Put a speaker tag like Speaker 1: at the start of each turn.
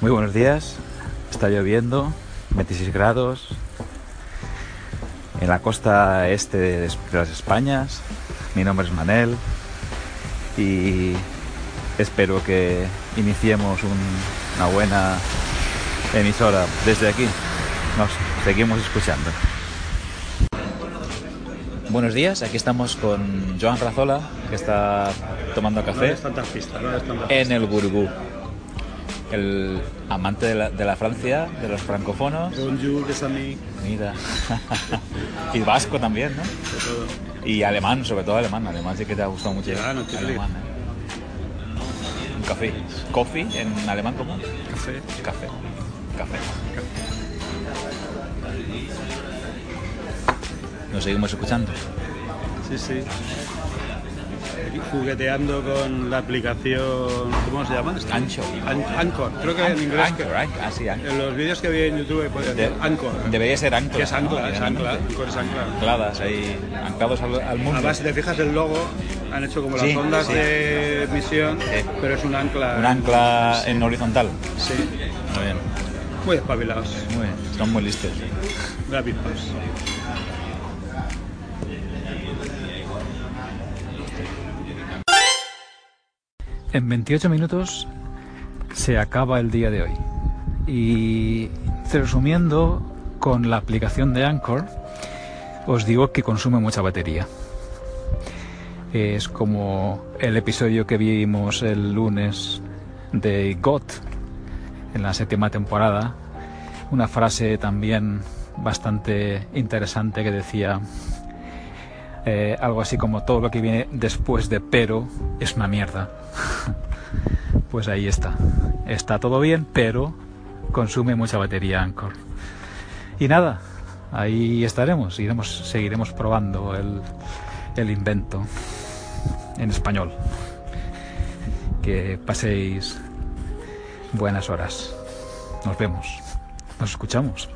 Speaker 1: Muy buenos días, está lloviendo, 26 grados, en la costa este de las Españas. Mi nombre es Manel y espero que iniciemos un- una buena emisora desde aquí. Nos seguimos escuchando. Buenos días, aquí estamos con Joan Razola, que está tomando
Speaker 2: No
Speaker 1: café
Speaker 2: es tantas pistas, no es tantas
Speaker 1: en el Gurgú. El amante de la, de la Francia, de los francofonos.
Speaker 2: Bonjour, des amis,
Speaker 1: Mira. y vasco también, ¿no?
Speaker 2: de todo.
Speaker 1: Y alemán, sobre todo alemán. Alemán sí que te ha gustado mucho.
Speaker 2: Claro, natürlich.
Speaker 1: alemán, ¿eh? Un café. ¿Coffee en alemán cómo?
Speaker 2: Café.
Speaker 1: Café. Café. Nos seguimos escuchando.
Speaker 2: Sí, sí. Aquí Jugueteando con la aplicación, ¿cómo se llama?
Speaker 1: Ancho.
Speaker 2: An- Anchor, creo que en inglés. que-
Speaker 1: Anchor, Anchor, ah, sí, Anchor.
Speaker 2: en los vídeos que había en YouTube, pues,
Speaker 1: De-
Speaker 2: Anchor.
Speaker 1: Debería ser Ah, Anchor.
Speaker 2: que es
Speaker 1: ¿no?
Speaker 2: Ancla, es Ancla, Anchor es Ancla.
Speaker 1: Ancladas ahí, anclados al, al mundo.
Speaker 2: Además, si te fijas el logo, han hecho como
Speaker 1: Sí,
Speaker 2: las ondas
Speaker 1: sí.
Speaker 2: de emisión,
Speaker 1: Sí.
Speaker 2: pero es un ancla.
Speaker 1: Un ancla en horizontal.
Speaker 2: Sí,
Speaker 1: Muy bien,
Speaker 2: muy espabilados,
Speaker 1: muy bien. Son muy listos.
Speaker 2: rápidos.
Speaker 3: En 28 minutos se acaba el día de hoy. Y resumiendo, con la aplicación de Anchor, os digo que consume mucha batería. Es como el episodio que vimos el lunes de GOT, en la séptima temporada. Una frase también bastante interesante que decía eh, algo así como todo lo que viene después de pero es una mierda. Pues ahí está. Está todo bien, pero consume mucha batería Anchor. Y nada, ahí estaremos. Iremos, seguiremos probando el, el invento en español. Que paséis buenas horas. Nos vemos. Nos escuchamos.